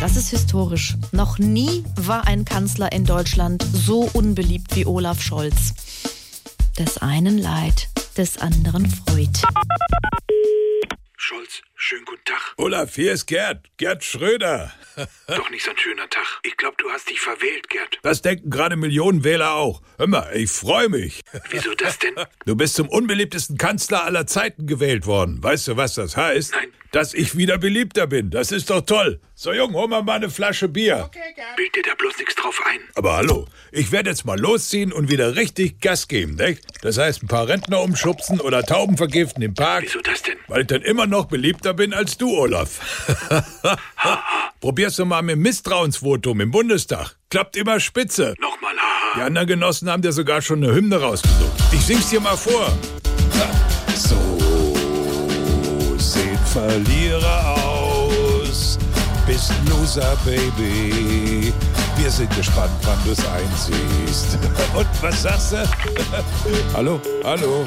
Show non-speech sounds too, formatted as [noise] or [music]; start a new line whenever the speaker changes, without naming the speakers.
Das ist historisch. Noch nie war ein Kanzler in Deutschland so unbeliebt wie Olaf Scholz. Des einen Leid, des anderen Freud.
Scholz, schönen guten Tag.
Olaf, hier ist Gerd. Gerd Schröder.
Doch nicht so ein schöner Tag. Ich glaube, du hast dich verwählt, Gerd.
Das denken gerade Millionen Wähler auch. Hör mal, ich freue mich.
Wieso das denn?
Du bist zum unbeliebtesten Kanzler aller Zeiten gewählt worden. Weißt du, was das heißt?
Nein.
Dass ich wieder beliebter bin. Das ist doch toll. So, Jung, hol mal mal eine Flasche Bier.
Bild dir da bloß nichts drauf ein.
Aber hallo, ich werde jetzt mal losziehen und wieder richtig Gas geben, ne? Das heißt, ein paar Rentner umschubsen oder Tauben vergiften im Park.
Wieso das denn?
Weil ich dann immer noch beliebter bin als du, Olaf. [laughs] Probier's doch mal mit dem Misstrauensvotum im Bundestag. Klappt immer spitze.
Nochmal, haha.
Die anderen Genossen haben dir sogar schon eine Hymne rausgesucht. Ich sing's dir mal vor. So sehen Verlierer aus. Bist ein Loser, Baby. Wir sind gespannt, wann du's [laughs] einsiehst. Und was sagst du? hallo, hallo.